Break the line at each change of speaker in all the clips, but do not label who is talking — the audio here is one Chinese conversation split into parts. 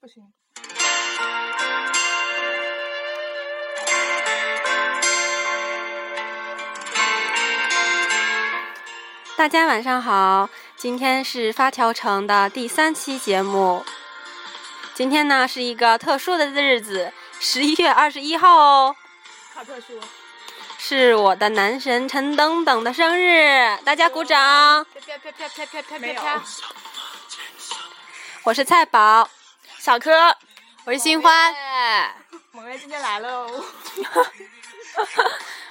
不行。
大家晚上好，今天是发条城的第三期节目。今天呢是一个特殊的日子，十一月二十一号哦，
好特殊。
是我的男神陈等等的生日，大家鼓掌。
啪啪啪啪啪啪
没
啪
有
啪！
我是菜宝，
小柯，
我是新欢。
萌月今天来哦喽。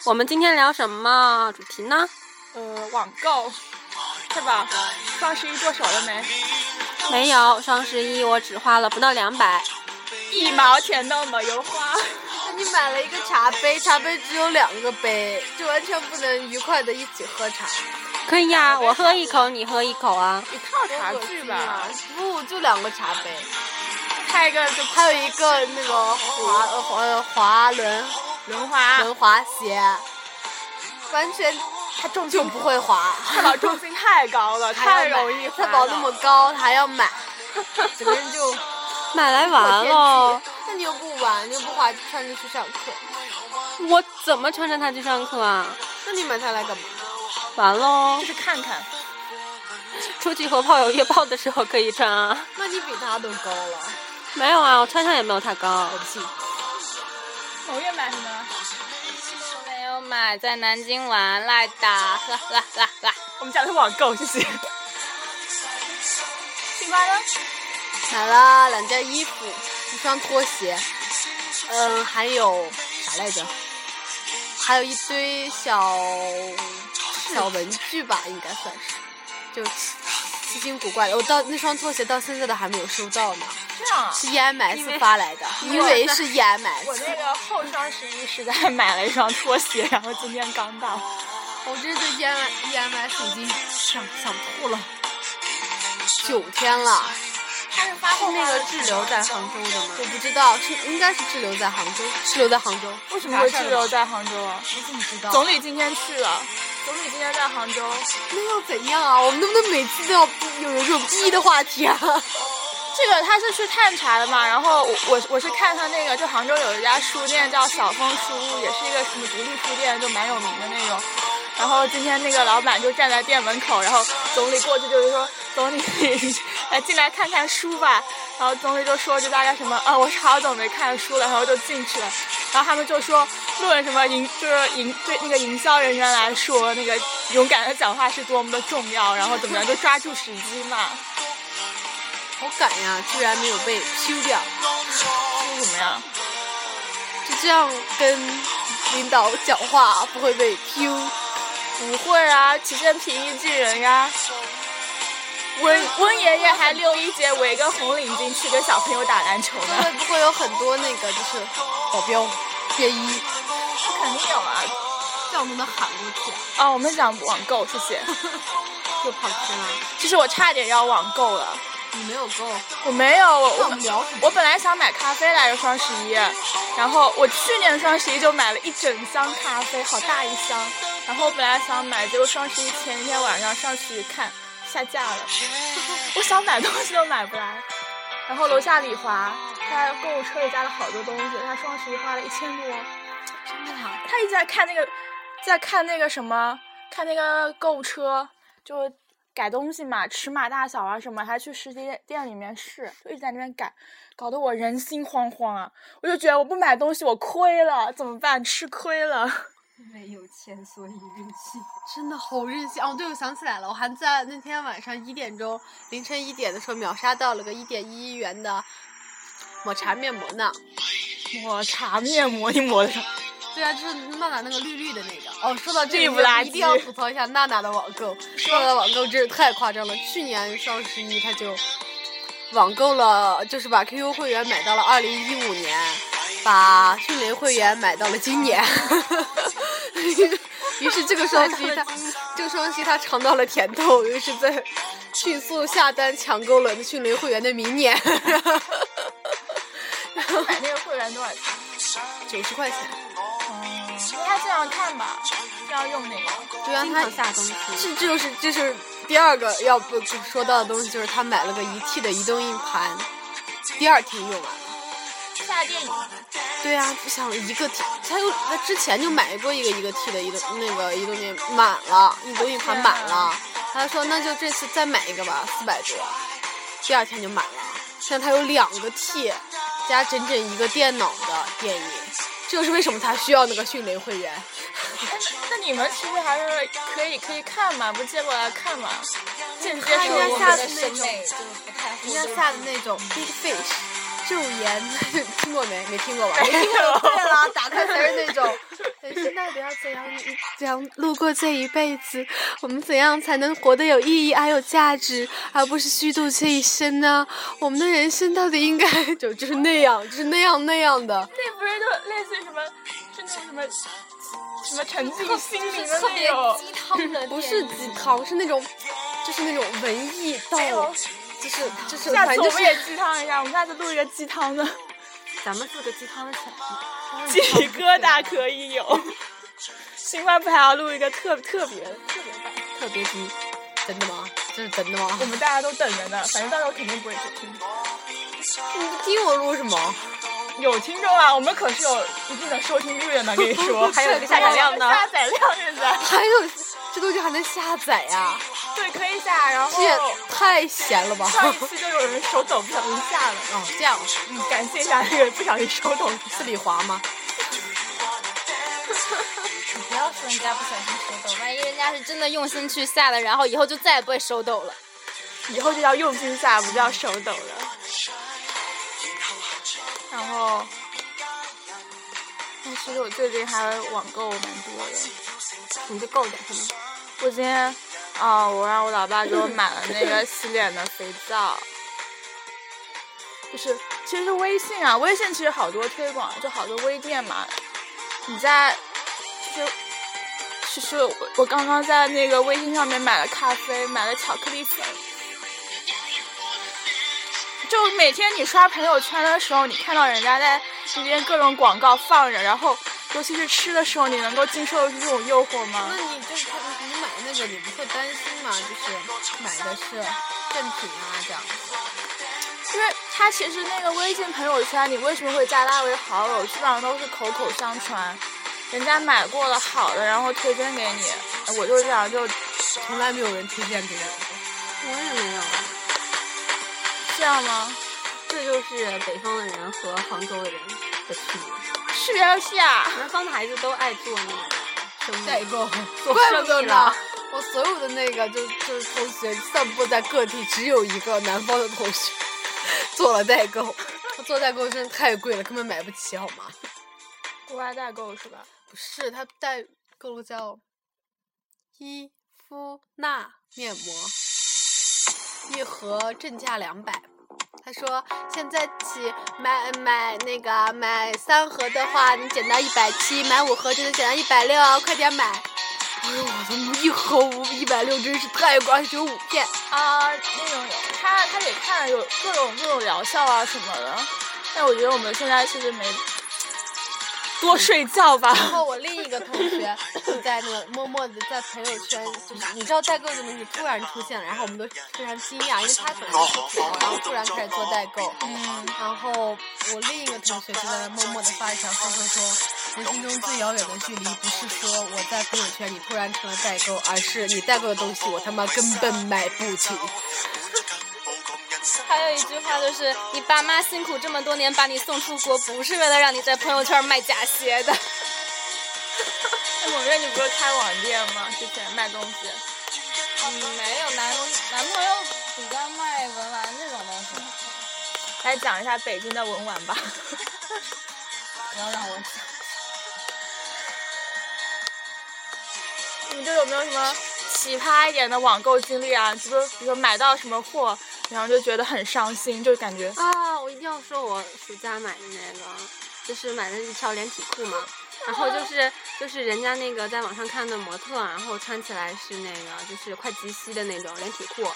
我们今天聊什么主题呢？
呃，网购是吧？双十一剁手了没？
没有，双十一我只花了不到两百。
一毛钱都没有花。
你买了一个茶杯，茶杯只有两个杯，就完全不能愉快的一起喝茶。
可以呀、我喝一口，你喝一口啊。
一套茶
多恶
具
心
吧
啊，？不，就两个茶杯，
开一个就
还有一个那个滑呃滑呃滑轮
轮滑，
轮滑鞋，完全他重就不会滑，
太保重心太高了，太
还要买
容易滑
他
了
保那么高，还要买，整个人就
买来玩
哦
喽。，
那你又不玩，你又不滑，穿着去上课，
我怎么穿着它去上课啊？
那你买它来干嘛？
完喽
就，是看看，
出去和炮友约炮的时候可以穿啊。
那你比它都高了，
没有啊，我穿上也没有它高
我。不信。
某月买什么？
没有买，在南京玩赖打，啦啦啦啦！
我们讲的是网购，谢谢。 新瓜呢？
买了两件衣服，一双拖鞋，嗯，还有啥来着？还有一堆小小文具吧，应该算是，就稀奇古怪的。我到那双拖鞋到现在都还没有收到呢，
这样啊。
是 EMS 发来的，以为是 E
我
EMS。
那个后双十一是在买了一双拖鞋，然后今天刚到。
我真是对 E EMS 已经想想吐了，九天了。
他是发货
那个滞留在杭州的吗？我不知道，是应该是滞留在杭州，滞留在杭州。
为什么会滞留在杭州啊？
我怎么知道
总理今天去了，总理今天在杭州。
那又怎样啊？我们能不能每次都要有有这种逼的话题啊？
这个他是去探查的嘛，然后我我我是看他那个，就杭州有一家书店叫小峰书屋，也是一个什么独立书店，就蛮有名的那种。然后今天那个老板就站在店门口，然后总理过去就是说：“总理， 来进来看看书吧。”然后总理就说就大概什么啊，我是好久没看书了，然后就进去了。然后他们就说论什么营，就是营对那个营销人员来说，那个勇敢的讲话是多么的重要，然后怎么样就抓住时机嘛，
好赶呀，居然没有被 Q 掉，
就是怎么样？
就这样跟领导讲话不会被 Q。
不会啊，只见平易近人呀、温温爷爷还六一节围个红领巾去跟小朋友打篮球呢，
会不会有很多那个就是保镖、便衣
肯定有啊。
叫我们喊过去啊？
哦，我们讲网购，谢谢。
又跑偏了，
其实我差点要网购了，
你没有够。
我没有，
那我
我
们聊什么？
我本来想买咖啡来着双十一，然后我去年双十一就买了一整箱咖啡，好大一箱。然后我本来想买，结果双十一前一天晚上上去看下架了，我想买东西都买不来。然后楼下李华，他购物车里加了好多东西，他双十一花了一千多。
真的啊？
他一直在看那个，在看那个什么，看那个购物车，就改东西嘛，尺码大小啊什么，还去实体店店里面试，就一直在那边改，搞得我人心惶惶啊！我就觉得我不买东西我亏了，怎么办？吃亏了。
因为有钱，所以任性。
真的好任性哦！对，我想起来了，我还在那天晚上一点钟，凌晨一点的时候秒杀到了个一点一元的抹茶面膜呢。
抹茶面膜，你抹的啥？
对啊，就是娜娜那个绿绿的那个。哦，说到这
绿
个，
不
我
拉
一
几
定要吐槽一下娜娜的网购。娜娜的网购真是太夸张了，去年双十一她就网购了，就是把 QQ 会员买到了二零一五年，把迅雷会员买到了今年。 于是这个双十一她，这个双十一她尝到了甜头，于是在迅速下单抢购了迅雷会员的明 年，
买那个会员多少钱？
九十块钱。
应该这样看吧，这样用那个。
对啊，
经
她
常下东西。
这这就是这是第二个要不说到的东西，就是他买了个一 T 的移动硬盘，第二天用完了。
下电影，
对呀、不想一个 T，他又他之前就买过一个一个 T 的移动那个移动电满了，移动硬盘满了，他说那就这次再买一个吧，四百多，第二天就满了。现在他有两个 T，加整整一个电脑的电影，这就是为什么他需要那个迅雷会员。
哎，那你们其实还是可以可以看嘛，不借过来看嘛，间接受我们的审美。
就不太
人家下的那种 Big Fish，昼颜， 听过没？没听过吧？
没听过
对了，打开才是那种。人生到底要怎样怎样路过这一辈子？我们怎样才能活得有意义还有价值，而不是虚度这一生呢？我们的人生到底应该 就就是那样，就是那样那样的。
那不是就类似于什么，是那什么什么沉浸心灵的
特
那
别
种。
鸡汤的，
不是鸡汤，是那种，就是那种文艺到，就是就是
哎下次
反正
我们
就是
也鸡汤一下，我们下次录一个鸡汤的，
咱们四个鸡汤的起来。
鸡皮疙瘩可以有。新番不还要录一个特特别的，
特别低。真的吗？这是真的吗
我？们大家都等着呢，反正到时候肯定不会只听。
你不听我录什么？
有听众啊，我们可是有一定的收听率的呢，跟你说，
还有一个下载量呢
还有下载量现在，
还有这东西还能下载呀、
对，可以下，然
这也
后。
太闲了吧！
哦上一期就有人手抖不小心下了，
哦，这样
嗯，感谢一下那个不小心手抖。
是李华吗？
不要说人家不小心手抖，万一人家是真的用心去下的，然后以后就再也不会手抖了。
以后就叫用心下，不叫手抖了。然后，但其实我最近还网购蛮多的。
你就够点什么？
我今天，啊、我让我老爸给我买了那个洗脸的肥皂。就是，其实微信啊，微信其实好多推广，就好多微店嘛。你在，就是，其实我我刚刚在那个微信上面买了咖啡，买了巧克力粉。就每天你刷朋友圈的时候，你看到人家在那边各种广告放着，然后尤其是吃的时候，你能够经受住这种诱惑吗？
那你就是你买那个，你不会担心吗？就是买的是正品啊，这样。
因为他其实那个微信朋友圈，你为什么会加他为好友，基本上都是口口相传，人家买过了好的，然后推荐给你。我就这样，就
从来没有人推荐给我。
我也没有。
这样吗？
这就是北方的人和杭州的人的区别。
是呀是啊呀，
南方的孩子都爱做那个生意，
代购，
做
怪不得
生意了
呢。。我所有的那个就就是同学散布在各地，只有一个南方的同学做了代购。他做代购真的太贵了，根本买不起，好吗？
国外代购是吧？
不是，他代购叫伊芙娜面膜，一盒正价两百。他说现在起买买那个买三盒的话，能减到一百七；买五盒就能减到一百六，快点买！哎呦，我的一盒五一百六真是太贵，而且只有五片。
啊、那种有，他他得看有各种各种疗效啊什么的。但我觉得我们现在其实没多睡觉吧。
然后我另一个同学就在那个默默的在朋友圈，就是你知道代购这东西突然出现了，然后我们都非常惊讶，因为他本来是做然后突然开始做代购。嗯。然后我另一个同学就在那默默的发一条说说说，人生中最遥远的距离不是说我在朋友圈里突然成了代购，而是你代购的东西我他妈根本买不起。
还有一句话就是，你爸妈辛苦这么多年把你送出国，不是为了让你在朋友圈卖假鞋的。
哎我们你不是开网店吗？之前卖东西。
嗯，没有男男朋友比较卖文玩这种东西，
来讲一下北京的文玩吧。
不要让我
你们就有没有什么奇葩一点的网购经历啊？就说比如说买到什么货，然后就觉得很伤心，就感觉
啊！我一定要说，我暑假买的那个，就是买的一条连体裤嘛，然后就是就是人家那个在网上看的模特，啊然后穿起来是那个就是快及膝的那种连体裤，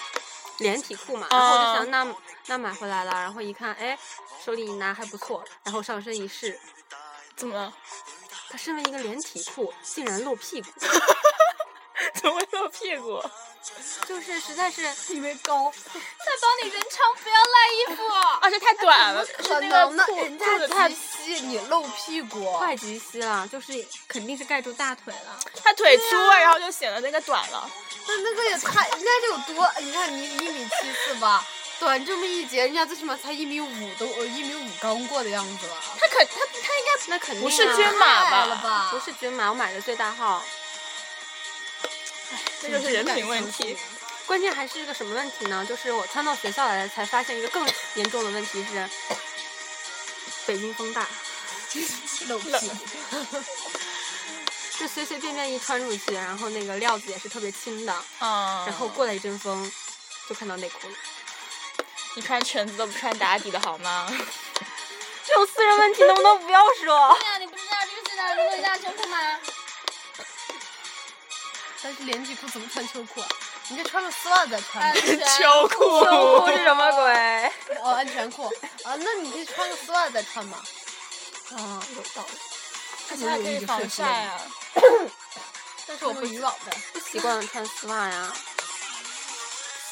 连体裤嘛，然后我就想那那买回来了，然后一看，哎，手里一拿还不错，然后上身一试，
怎么了？
它身为一个连体裤，竟然露屁股，
怎么会露屁股？
就是实在是
因为高，
再帮你人长，不要赖衣服。
而且太短软了，
可
是那
能
个
呢
裤，
人
裤子
家
太
及膝，你露屁股，
快及膝了，就是肯定是盖住大腿了。
他腿粗了，然后就显得那个短了。
那那个也太，人家这有多？你看你一米七四吧，短这么一截，人家最起码才一米五都一米五刚过的样子吧？
他肯他他应该
那肯定、啊、
不是均码
太矮了
吧？
吧？
不是均码，我买的最大号。
这就是人品问题。
关键还是个什么问题呢？就是我穿到学校来才发现一个更严重的问题是，北京风大，
露屁股，
就随随便便一穿出去，然后那个料子也是特别轻的，
嗯，
然后过来一阵风，就看到内裤了。
你穿裙子都不穿打底的好吗？
这种私人问题能不能不要说？
对呀，你不知道这个现在如果一大秋裤吗？
但是连体裤怎么穿秋裤啊？你应该穿个丝袜再穿
安
吧，
全
秋裤，
秋裤是什 么鬼？
哦，安全裤啊，那你可以穿个丝袜再穿吧。
啊
嗯，有道理。
而且还可以防晒啊。
但是我不渔网呗，
不习惯穿丝袜呀，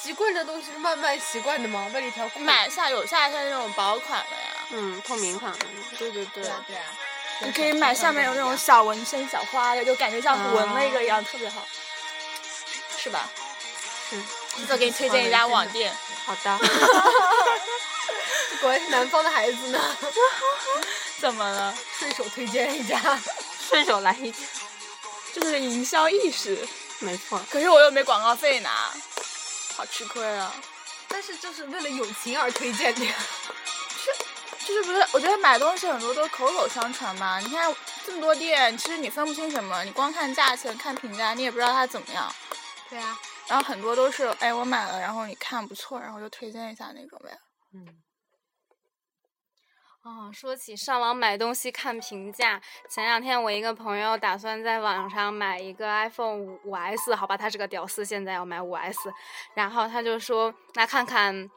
习惯这东西是慢慢习惯的嘛，为了一条裤。
买下有下身那种薄款的呀。
嗯，透明款的那种。
对对对
对啊对啊，
你可以买下面有那种小纹身、小花的，就感觉像纹那个一样，特别好，是吧？
是，
再给你推荐一家网店，
好的。
果然是南方的孩子呢，
怎么了？
顺手推荐一家。
顺手来一句，
这就是营销意识。
没错，
可是我又没广告费拿，好吃亏啊！
但是就是为了友情而推荐的呀。
就是不是？我觉得买东西很多都口口相传嘛。你看这么多店，其实你分不清什么，你光看价钱、看评价，你也不知道它怎么样。
对啊，
然后很多都是，哎，我买了，然后你看不错，然后就推荐一下那种呗。
嗯，
哦，说起上网买东西看评价，前两天我一个朋友打算在网上买一个 iPhone 五五 S，好吧，他是个屌丝，现在要买五 S，然后他就说那看看。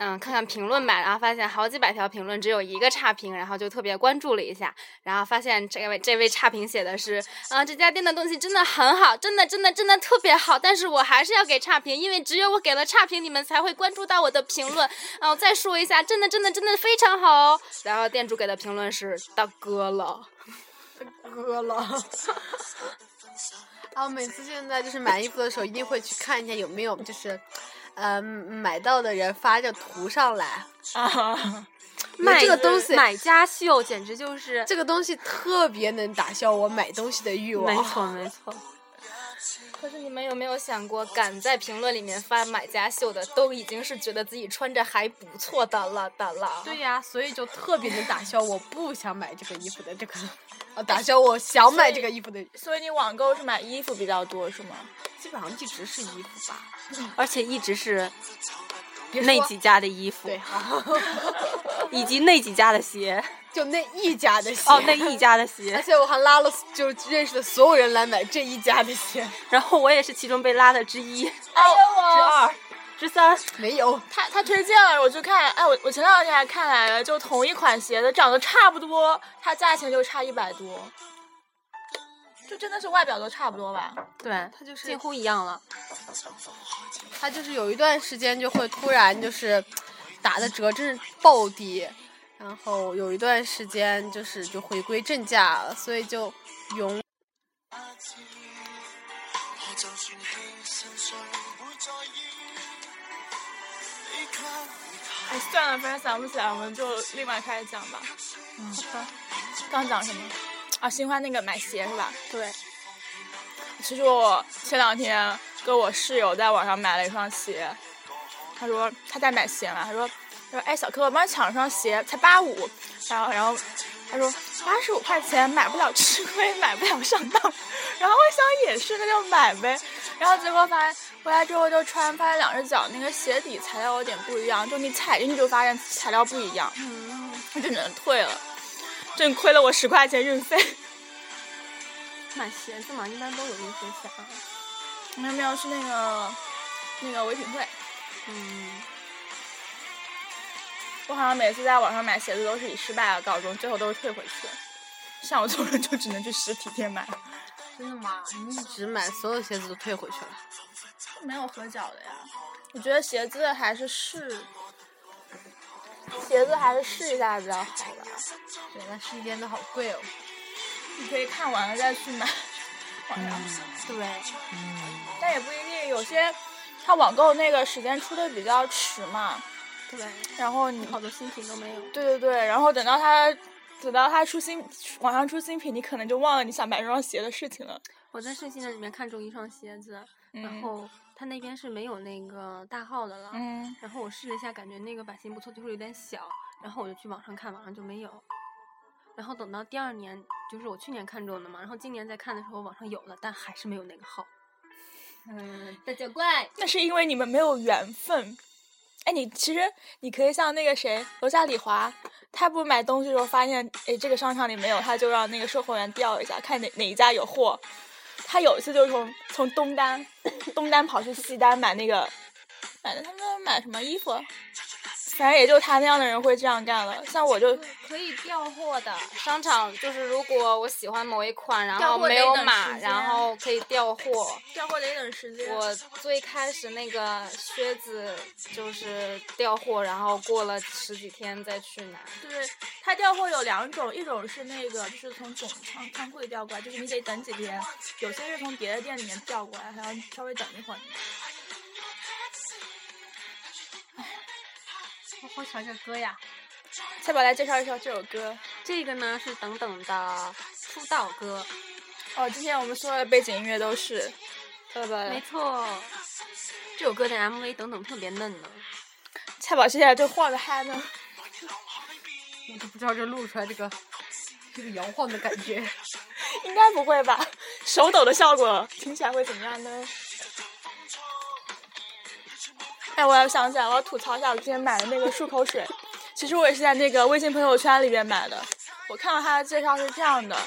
嗯，看看评论吧，然后发现好几百条评论只有一个差评，然后就特别关注了一下，然后发现这位这位差评写的是，啊，这家店的东西真的很好，真的真的真的特别好，但是我还是要给差评，因为只有我给了差评，你们才会关注到我的评论，哦，再说一下，真的真的真的非常好哦。然后店主给的评论是大哥了，
饿了。 啊，我每次现在就是买衣服的时候，一定会去看一下有没有就是，呃，买到的人发着图上来。
啊，
买这个东西
买家秀简直就是，
这个东西特别能打消我买东西的欲望。
没错没错，
可是你们有没有想过，敢在评论里面发买家秀的，都已经是觉得自己穿着还不错的了的了。
对呀、所以就特别能打消我不想买这个衣服的 这个，啊，打消我想买这个衣服的，
所以你网购是买衣服比较多是吗？
基本上一直是衣服吧。
而且一直是
别
那
说
几家的衣服，
对， 好，
以及那几家 的鞋，
就那一家的鞋。
哦，那一家的
而
鞋。
且我还拉了就认识的所有人来买这一家的鞋，
然后我也是其中被拉的之 一、
还有
之
我
二、之三。
没有。
他他推荐了，我就看，哎，我我前两天还看来了，就同一款鞋子长得差不多，它价钱就差一百多，就真的是外表都差不多吧？
对，它就是近乎一样了。
他就是有一段时间就会突然就是打的折真是暴跌，然后有一段时间就是就回归正价了，所以就永
哎，算了，反正想不起来，我们就另外开始讲吧。嗯，刚讲什么？啊，新欢那个买鞋是吧？
对，
其实我前两天跟我室友在网上买了一双鞋，他说他在买鞋嘛，他说他说哎小哥，我帮你抢一双鞋，才八五，然后然后他说八十五块钱买不了吃亏，买不了上当， 然后我想也是，那就买呗，然后结果发现回来之后就穿，发现两只脚那个鞋底材料有点不一样，就你踩进去就发现材料不一样，我就只能退了，真亏了我十块钱运费。
买鞋子嘛，一般都有运费险。
啊
没有没有，是那个那个唯品会。
嗯，
我好像每次在网上买鞋子都是以失败而告终，最后都是退回去。像我这种人就只能去实体店买，
真的吗？你一直买所有鞋子都退回去了？
没有合脚的呀。我觉得鞋子还是试鞋子还是试一下比较好吧。
对，但试衣间都好贵哦。
你可以看完了再去
嗯
买，网上，
对，
但也不一定，有些它网购那个时间出的比较迟嘛，
对，
然后你
好多新品都没有。
对对对，然后等到它。等到它出新网上出新品，你可能就忘了你想买这双鞋的事情了。
我在圣心的里面看中一双鞋子，然
嗯
后它那边是没有那个大号的了。
嗯，
然后我试了一下，感觉那个版型不错，就是有点小。然后我就去网上看，网上就没有。然后等到第二年，就是我去年看中的嘛，然后今年再看的时候，网上有了，但还是没有那个号。嗯，大脚怪，
那是因为你们没有缘分。哎，你其实你可以像那个谁，楼下李华，他不买东西的时候发现，哎，这个商场里没有，他就让那个售货员调一下，看哪哪一家有货。他有一次就是从从东单，东单跑去西单买那个，买的他们买什么衣服，啊反正也就他那样的人会这样干了。像我就
可以调货的。商场就是如果我喜欢某一款，然
调
后
货得
没有
等时
码，
间
然后可以调货。
调货得等时间
我最开始那个靴子就是调货，然后过了十几天再去拿。
就是它调货有两种，一种是那个就是从总仓仓库里调过来，就是你得等几天；有些是从别的店里面调过来，还要稍微等一会儿。
我好想想歌呀。
蔡宝来介绍一下这首歌。
这个呢是等等的出道歌，
哦，今天我们所有的背景音乐都是，
对吧
没？错。这首歌的 MV 等等特别嫩呢，
蔡宝现在正晃着嗨呢。
我都不知道这录出来这个这个摇晃的感觉。
应该不会吧？手抖的效果听起来会怎么样呢？哎，我要想起来，我要吐槽一下我之前买的那个漱口水，其实我也是在那个微信朋友圈里边买的。我看到它的介绍是这样的：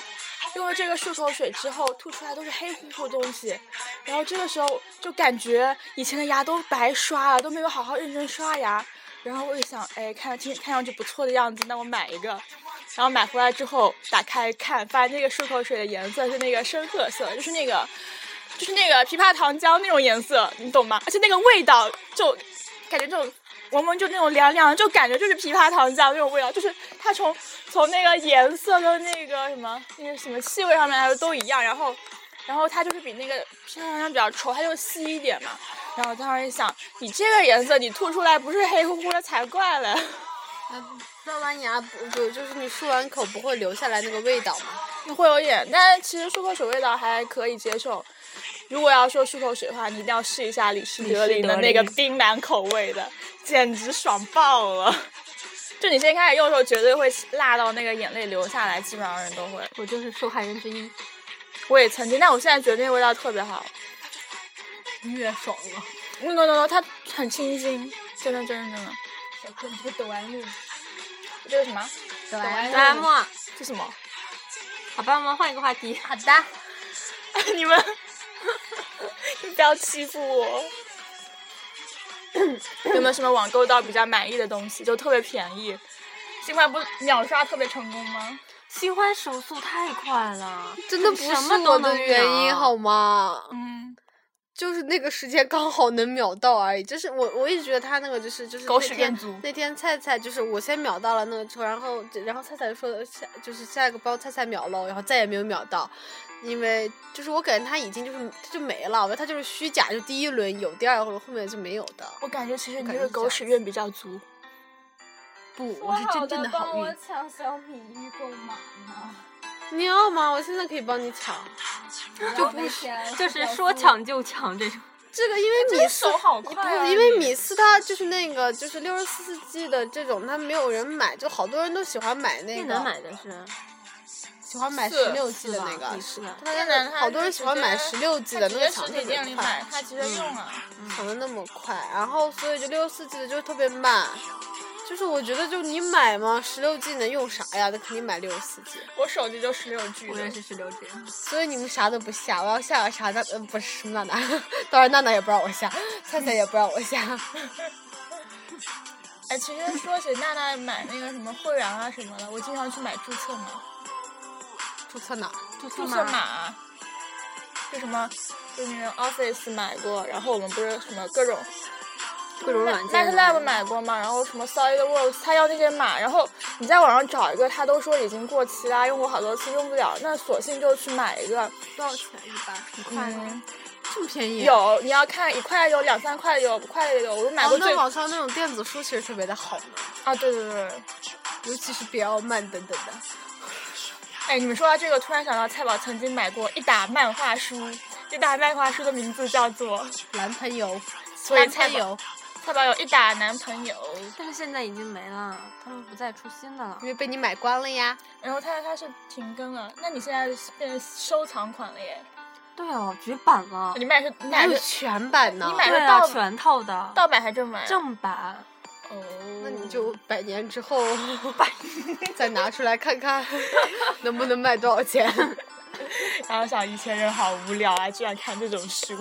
用了这个漱口水之后，吐出来都是黑乎乎的东西，然后这个时候就感觉以前的牙都白刷了，都没有好好认真刷牙。然后我就想，哎，看听看上去不错的样子，那我买一个。然后买回来之后打开看，发现那个漱口水的颜色是那个深褐色，就是那个就是那个枇杷糖浆那种颜色，你懂吗？而且那个味道就感觉这种闻闻就那种凉凉的，就感觉就是枇杷糖浆那种味道，就是它从从那个颜色跟那个什么那个什么气味上面来说都一样，然后。然后它就是比那个枇杷糖浆比较稠，它就稀一点嘛。然后我当时一想，你这个颜色你吐出来不是黑乎乎的才怪嘞。
刷完牙不不就是你漱完口不会留下来那个味道吗？
会有一点，但其实漱口水味道还可以接受。如果要说漱口水的话，你一定要试一下李施德林的那个冰蓝口味的，简直爽爆了！就你先开始用的时候，绝对会辣到那个眼泪流下来，基本上人都会。
我就是受害人之一。
我也曾经，但我现在觉得那个味道特别好。
越爽了。
no no no no，它很清新，真的真的真的。
小哥，你这个抖 M，
这个什么？
抖
哆啦 A 梦，
这什么？
好吧，我们换一个话题。
好的，
你们，你不要欺负我。有没有什么网购到比较满意的东西，就特别便宜？新款不秒刷特别成功吗？
喜欢手速太快了，
真的不
什
是
么
我
都
的
能
原因
秒
好吗？
嗯，
就是那个时间刚好能秒到而已。就是我我一直觉得他那个就是就是
狗
那
屎
天
运足
那天菜菜就是我先秒到了那个车，然后然后菜菜说下就是下一个包菜菜秒喽，然后再也没有秒到。因为就是我感觉他已经就是他就没了，我觉得他就是虚假，就第一轮有，第二轮后面就没有的。
我感觉其实你
感
这
觉
个
是
狗
这
屎运比较足。
不，我是真正的好运。
抢小米预购码呢，
你要吗？我现在可以帮你抢。
就不是
啊就是说抢就抢这种。
这个因为米四
手好
不
快啊！
是因为
你
米四它就是那个就是六十四季的这种，它没有人买，就好多人都喜欢买那
越
个
南买的是
喜欢买
四
十六 G
是
的
吧
那个
你，是
但
越
它
南它
那个好多人喜欢买
直
十
接
六 G
它直
的那个
接
抢
实
得
体
特
店
别
里
快
买，，嗯它直接用了。
抢的那么快，然后所以就六十四 G 的就特别慢。就是我觉得，就你买嘛，十六 G 能用啥呀？那肯定买六十四 G。
我手机就十六 G
我
的
也，是十六 G，
啊
所以你们啥都不下，我要下个啥娜，呃，不是什么娜娜，当然娜娜也不让我下，菜菜也不让我下。
哎，其实说起娜娜买那个什么会员啊什么的，我经常去买注册码。
注册哪儿？
注册
注册码，就什么，就那个 Office 买过，然后我们不是什么各种
各种软件
那
的。
是 Lab 买过嘛，然后什么 SolidWorks，他要那些码，然后你在网上找一个，他都说已经过期啦，用过好多次用不了，那索性就去买一个。
多少钱一般？一块吗？
嗯，
这么便宜？
有你要看一块有，两三块有，五块有，我买
哦
过，最
那网上那种电子书其实特别的好呢，
啊，对对对。对
尤其是比傲慢等等的。
哎，你们说到这个，突然想到蔡宝曾经买过一打漫画书，这打漫画书的名字叫做
男朋友，
所以
男
蔡
朋
宝
友，
蔡宝有一打男朋友，
但是现在已经没了，他们不再出新的了
因。为被你买光了呀。
然后他他是停更了，那你现在变成收藏款了耶？
对哦，绝版了。
你买的是你
还
买
有
的
全版呢
你，买
对
的
啊，
盗
全套的，
盗版还正版？啊
正版。
哦，
那你就百年之后 再拿出来看看，能不能卖多少钱？
然后想以前人好无聊啊，居然看这种书。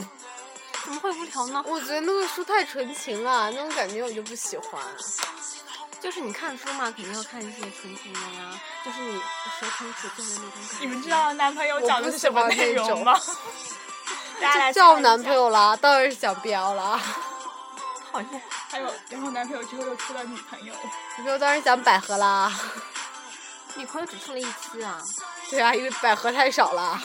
怎么会无聊呢？
我觉得那个书太纯情了，那种感觉我就不喜欢。
就是你看书嘛，肯定要看一些纯情的呀，就是你蛇吞鼠进的那种感觉。
你们知道男朋友讲的是什么内容 吗？大家来
就叫
猜一
男
下
朋，友啦，当然是想标啦。
讨厌，
还有然后男朋友之后又出了女朋友。
女朋友当然想百合啦。
女朋友只出了一期啊，
对啊，因为百合太少了。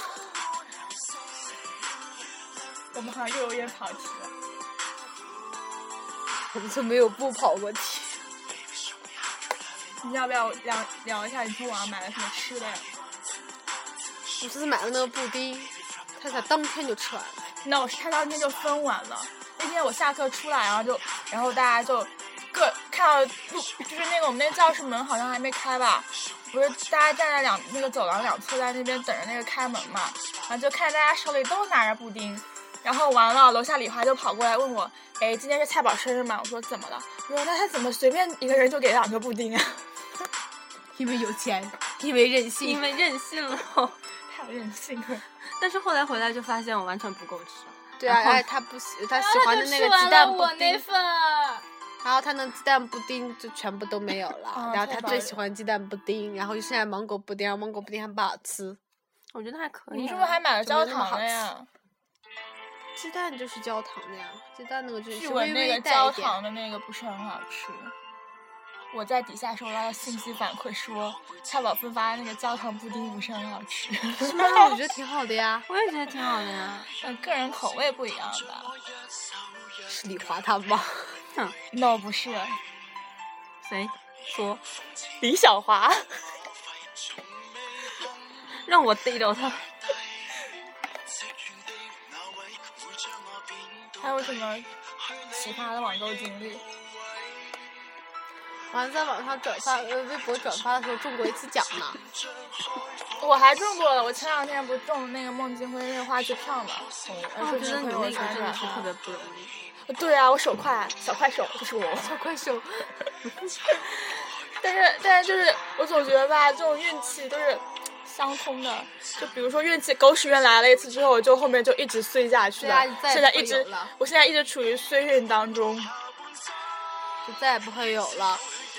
我们好像又有点跑题了。
我们就没有不跑过题。
你要不要聊聊一下你从网上买了什么吃的呀？
我这次买了那个布丁，他才当天就吃完了。
那我是他当天就分完了。那天我下课出来，然后就，然后大家就各看到路，就是那个我们那教室门好像还没开吧，不是大家站在两那个走廊两侧，在那边等着那个开门嘛，然后就看大家手里都拿着布丁。然后完了，楼下李华就跑过来问我：“哎，今天是蔡宝生日吗？”我说：“怎么了？”我说：“那他怎么随便一个人就给两个布丁啊？
因为有钱，因为任性
因为任性了。
太任性了！
但是后来回来就发现我完全不够吃。
对啊，
然后
哎，他不喜他喜欢的那个鸡蛋布丁，
份。
然后他那鸡蛋布丁就全部都没有哦了。
啊
然后
太
他
棒
最
了
喜欢鸡蛋布丁，然后就剩下芒果布丁，然后啊芒果布丁还不好吃。
我觉得还可以啊。
你是不是还买了
哎怎么
焦
那么
糖
好
了呀？
鸡蛋就是焦糖的呀，鸡蛋那个就是
去
微
闻那
微
个
带
焦
一点。
糖的那个不是很好吃。我在底下收到信息反馈说，菜宝分发那个焦糖布丁不是很好吃，
是吗？我觉得挺好的呀。
我也觉得挺好的呀。
嗯个人口味不一样吧？
是李华他 吗？
no 不是，
谁说
李小华，
让我逮着他？
还有什么奇葩的网购经历？
我还在网上转发，呃，微博转发的时候中过一次奖呢。
我还中过了，我前两天不是中那个孟京辉那个话剧票呃嘛，
啊我
我
觉得你那个真的是特别
别
不容易。
对啊，我手快，小快手就是我。
小快手，
但是但是就是我总觉得吧，这种运气都是相通的。就比如说运气狗屎运来了一次之后，我就后面就一直衰下去
对
了。
啊你再也
现在
不会
一直
有了，
我现在一直处于衰运当中。
就再也不会有了。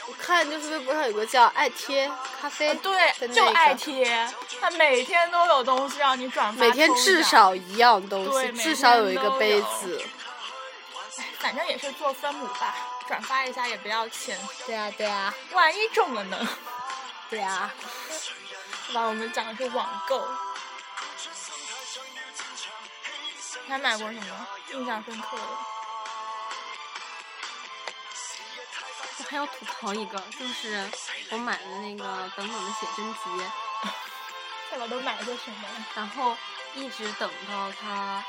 我看就是微博上有个叫爱贴咖啡哎的那个，
对，就爱贴，他每天都有东西让你转发，
每天
抽
至
奖
少一样东
对
西，
每
至少
天
有一个
都
杯
有
子。
反正也是做分母吧，转发一下也不要钱，
对啊，对啊，
万一中了呢？
对啊。
对吧？我们讲的是网购。你还买过什么印象深刻的？
我还要吐槽一个，就是我买的那个等等的写真集，
蔡老都买过什么？
然后一直等到它，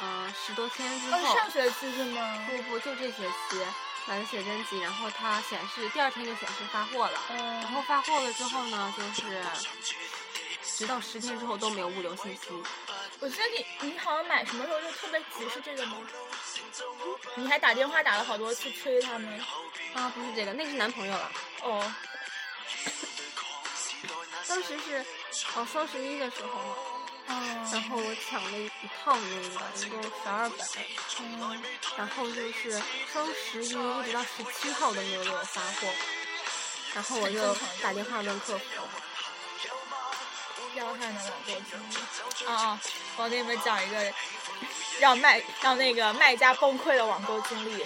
嗯、十多天之
哦，是
后，
上学期是吗？
不不，就这学期买的写真集，然后它显示第二天就显示发货了，然
嗯，
后发货了之后呢，就是直到十天之后都没有物流信息，
我记得你你好像买什么时候就特别急，是这个吗？你还打电话打了好多次催他们。
啊，不是这个，那是男朋友了。
哦，
当时是哦双十一的时候嘛，然
嗯，
后我抢了一一套那个，一共十二本，
嗯
然后就是双十一一直到十七号都没有给我发货，然后我就打电话问客服，
彪悍的网购经历。啊啊，我给你们讲一个让卖让那个卖家崩溃的网购经历。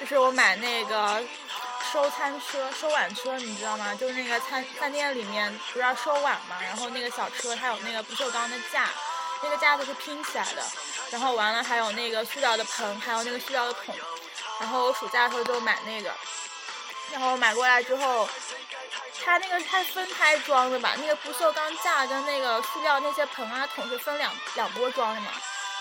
就是我买那个收餐车、收碗车，你知道吗？就是那个餐饭店里面不是要收碗嘛，然后那个小车它有那个不锈钢的架，那个架子是拼起来的，然后完了还有那个塑料的盆，还有那个塑料的桶，然后我暑假的时候就买那个，然后买过来之后。它那个是它分开装的吧？那个不锈钢架跟那个塑料那些盆啊桶是分两两波装的嘛。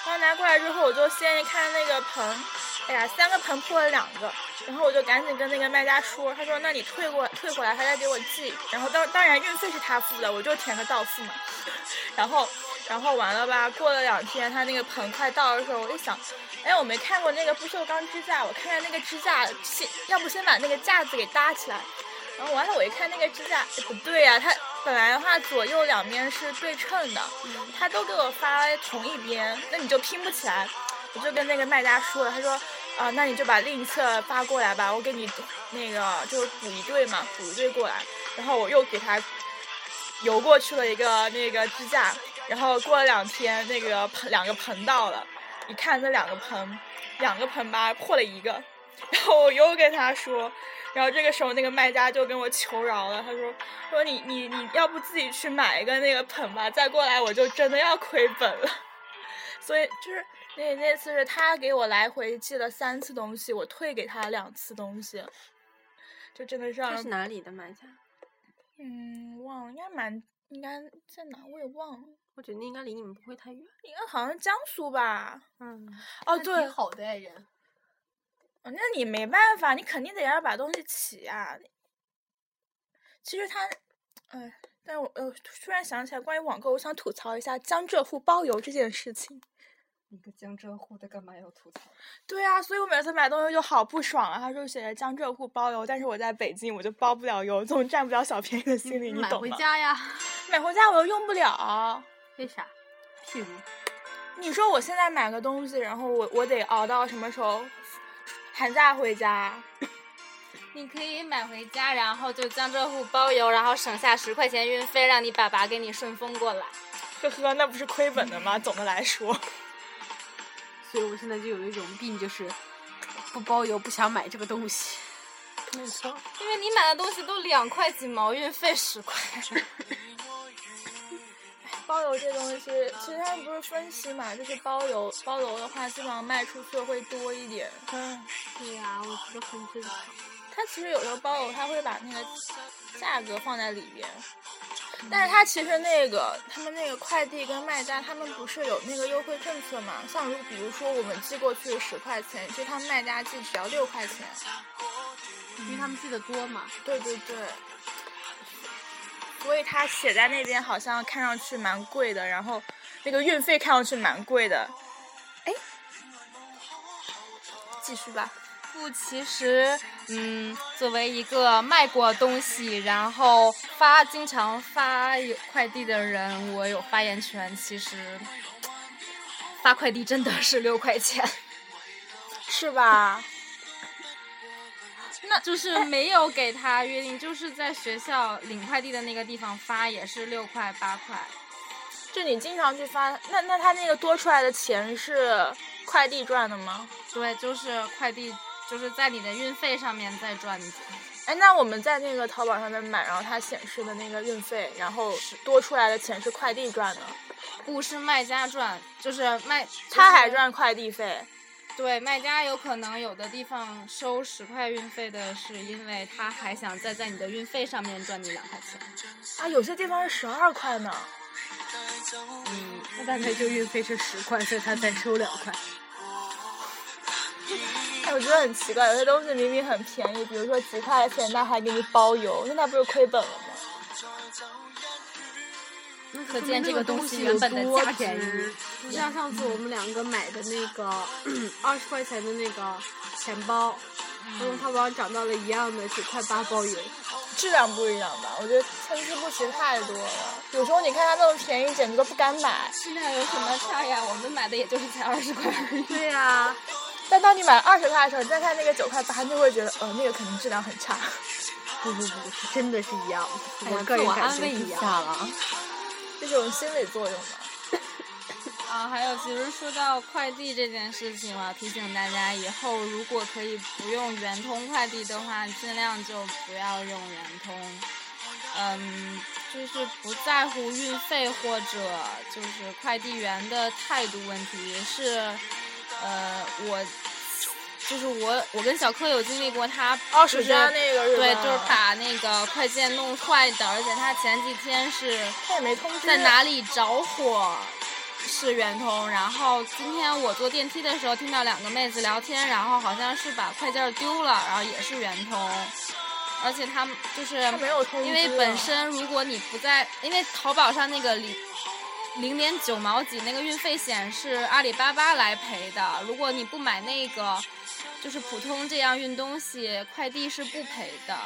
然后拿过来之后，我就先一看那个盆，哎呀，三个盆破了两个，然后我就赶紧跟那个卖家说，他说那你退过退回来，他再给我寄。然后当当然运费是他付的，我就填个到付嘛。 然后然后完了吧，过了两天，他那个盆快到的时候，我就想，哎，我没看过那个不锈钢支架，我看看那个支架，先要不先把那个架子给搭起来。然后完了，我一看那个支架，哎不对呀、它本来的话左右两边是对称的，他都给我发同一边，那你就拼不起来。我就跟那个卖家说了，他说，啊、那你就把另一侧发过来吧，我给你那个就是补一对嘛，补一对过来。然后我又给他邮过去了一个那个支架，然后过了两天，那个盆两个盆到了，一看这两个盆，两个盆吧破了一个， 然后我又跟他说，然后这个时候那个卖家就跟我求饶了，他说说你你你要不自己去买一个那个盆吧，再过来我就真的要亏本了。 所以就是那那次是他给我来回寄了三次东西，我退给他两次东西，就真的是让
他
人
是哪里的卖家？
嗯，忘了，应该蛮，应该在哪我也忘了，
我觉得应该离你们不会太远。
应该好像江苏吧？
嗯，
哦，
他
对，
挺好的哎人，
哦那你没办法，你肯定得要把东西起啊。其实他，哎，但我呃，突然想起来，关于网购，我想吐槽一下江浙沪包邮这件事情。
你个江浙沪的，干嘛要吐槽？
对啊，所以我每次买东西就好不爽啊。他说写着江浙沪包邮，但是我在北京，我就包不了邮，总占不了小便宜的心理，你
嗯买
懂
回
吗？
家呀。
买回家我又用不了。
为啥？屁股。
你说我现在买个东西，然后我我得熬到什么时候？寒假回家？
你可以买回家，然后就江浙沪包邮，然后省下十块钱运费，让你爸爸给你顺丰过来。
呵呵，那不是亏本的吗？总的来说，
所以我现在就有一种病，就是不包邮，不想买这个东西。
没错。
因为你买的东西都两块几毛，运费十块。
包邮这东西，其实他们不是分析嘛，就是包邮包邮的话，基本上卖出去会多一点。嗯，
对呀、我觉得很正常。
它其实有时候包邮，它会把那个价格放在里边，但是它其实那个他们那个快递跟卖家，他们不是有那个优惠政策嘛？像如比如说我们寄过去十块钱，其实他们卖家寄只要六块钱。
因为他们寄的多嘛。
对对对。所以他写在那边好像看上去蛮贵的，然后那个运费看上去蛮贵的。哎，继续吧。
不，其实，嗯，作为一个卖过东西，然后发经常发邮快递的人，我有发言权。其实，发快递真的是六块钱，
是吧？
那就是没有给他约定，就是在学校领快递的那个地方发，也是六块八块。
就你经常去发，那那他那个多出来的钱是快递赚的吗？
对，就是快递，就是在你的运费上面再赚一点。
哎，那我们在那个淘宝上面买，然后它显示的那个运费，然后多出来的钱是快递赚的，
不是卖家赚，就是卖
他还
就是
赚快递费。
对，卖家有可能有的地方收十块运费的，是因为他还想再在你的运费上面赚你两块钱。
啊，有些地方是十二块呢。
嗯，
那大概就运费是十块，所以他才收两块。
哎，我觉得很奇怪，有些东西明明很便宜，比如说几块钱，他还给你包邮，那他不是亏本了吗？
可见这
个
个
东
东
西
西
有
原本的
多
价
便宜
值。
就像上次我们两个买的那 个二十块钱的那个钱包，我从淘宝找到了一样的九块八包邮。
质量不一样吧？我觉得参差不齐太多了。有时候你看它那么便宜，简直都不敢买。
质量有什么差呀？我们买的也就是才二十块而已。
对呀、
但当你买二十块的时候，你再看那个九块八，你就会觉得，呃，那个肯定质量很差。
不不不，是 真的是一样的。
哎呀
我个人
自我
感
安
觉
慰
不
一
一
下
样了。
这种心理作用嘛。
啊，还有其实说到快递这件事情，我要提醒大家，以后如果可以不用圆通快递的话，尽量就不要用圆通。嗯，就是不在乎运费或者就是快递员的态度问题，是呃我。就是我，我跟小柯有经历过，他
哦，
就
暑
是
假那个是
对，
吧
就是把那个快件弄坏的，而且他前几天是
他也没通知
在哪里着火是圆通，然后今天我坐电梯的时候听到两个妹子聊天，然后好像是把快件儿丢了，然后也是圆通，而且他们就是
他没有通知啊，
因为本身如果你不在，因为淘宝上那个零零点九毛几那个运费险是阿里巴巴来赔的，如果你不买那个，就是普通这样运东西，快递是不赔的。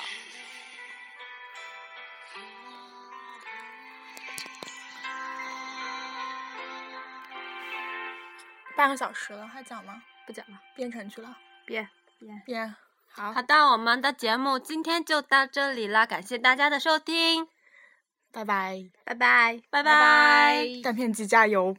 半个小时了，还讲吗？
不讲了，
编程去了，
别。
编。
好的，我们的节目今天就到这里啦，感谢大家的收听，
拜拜，
拜拜，
拜
拜拜
拜
单片机加油！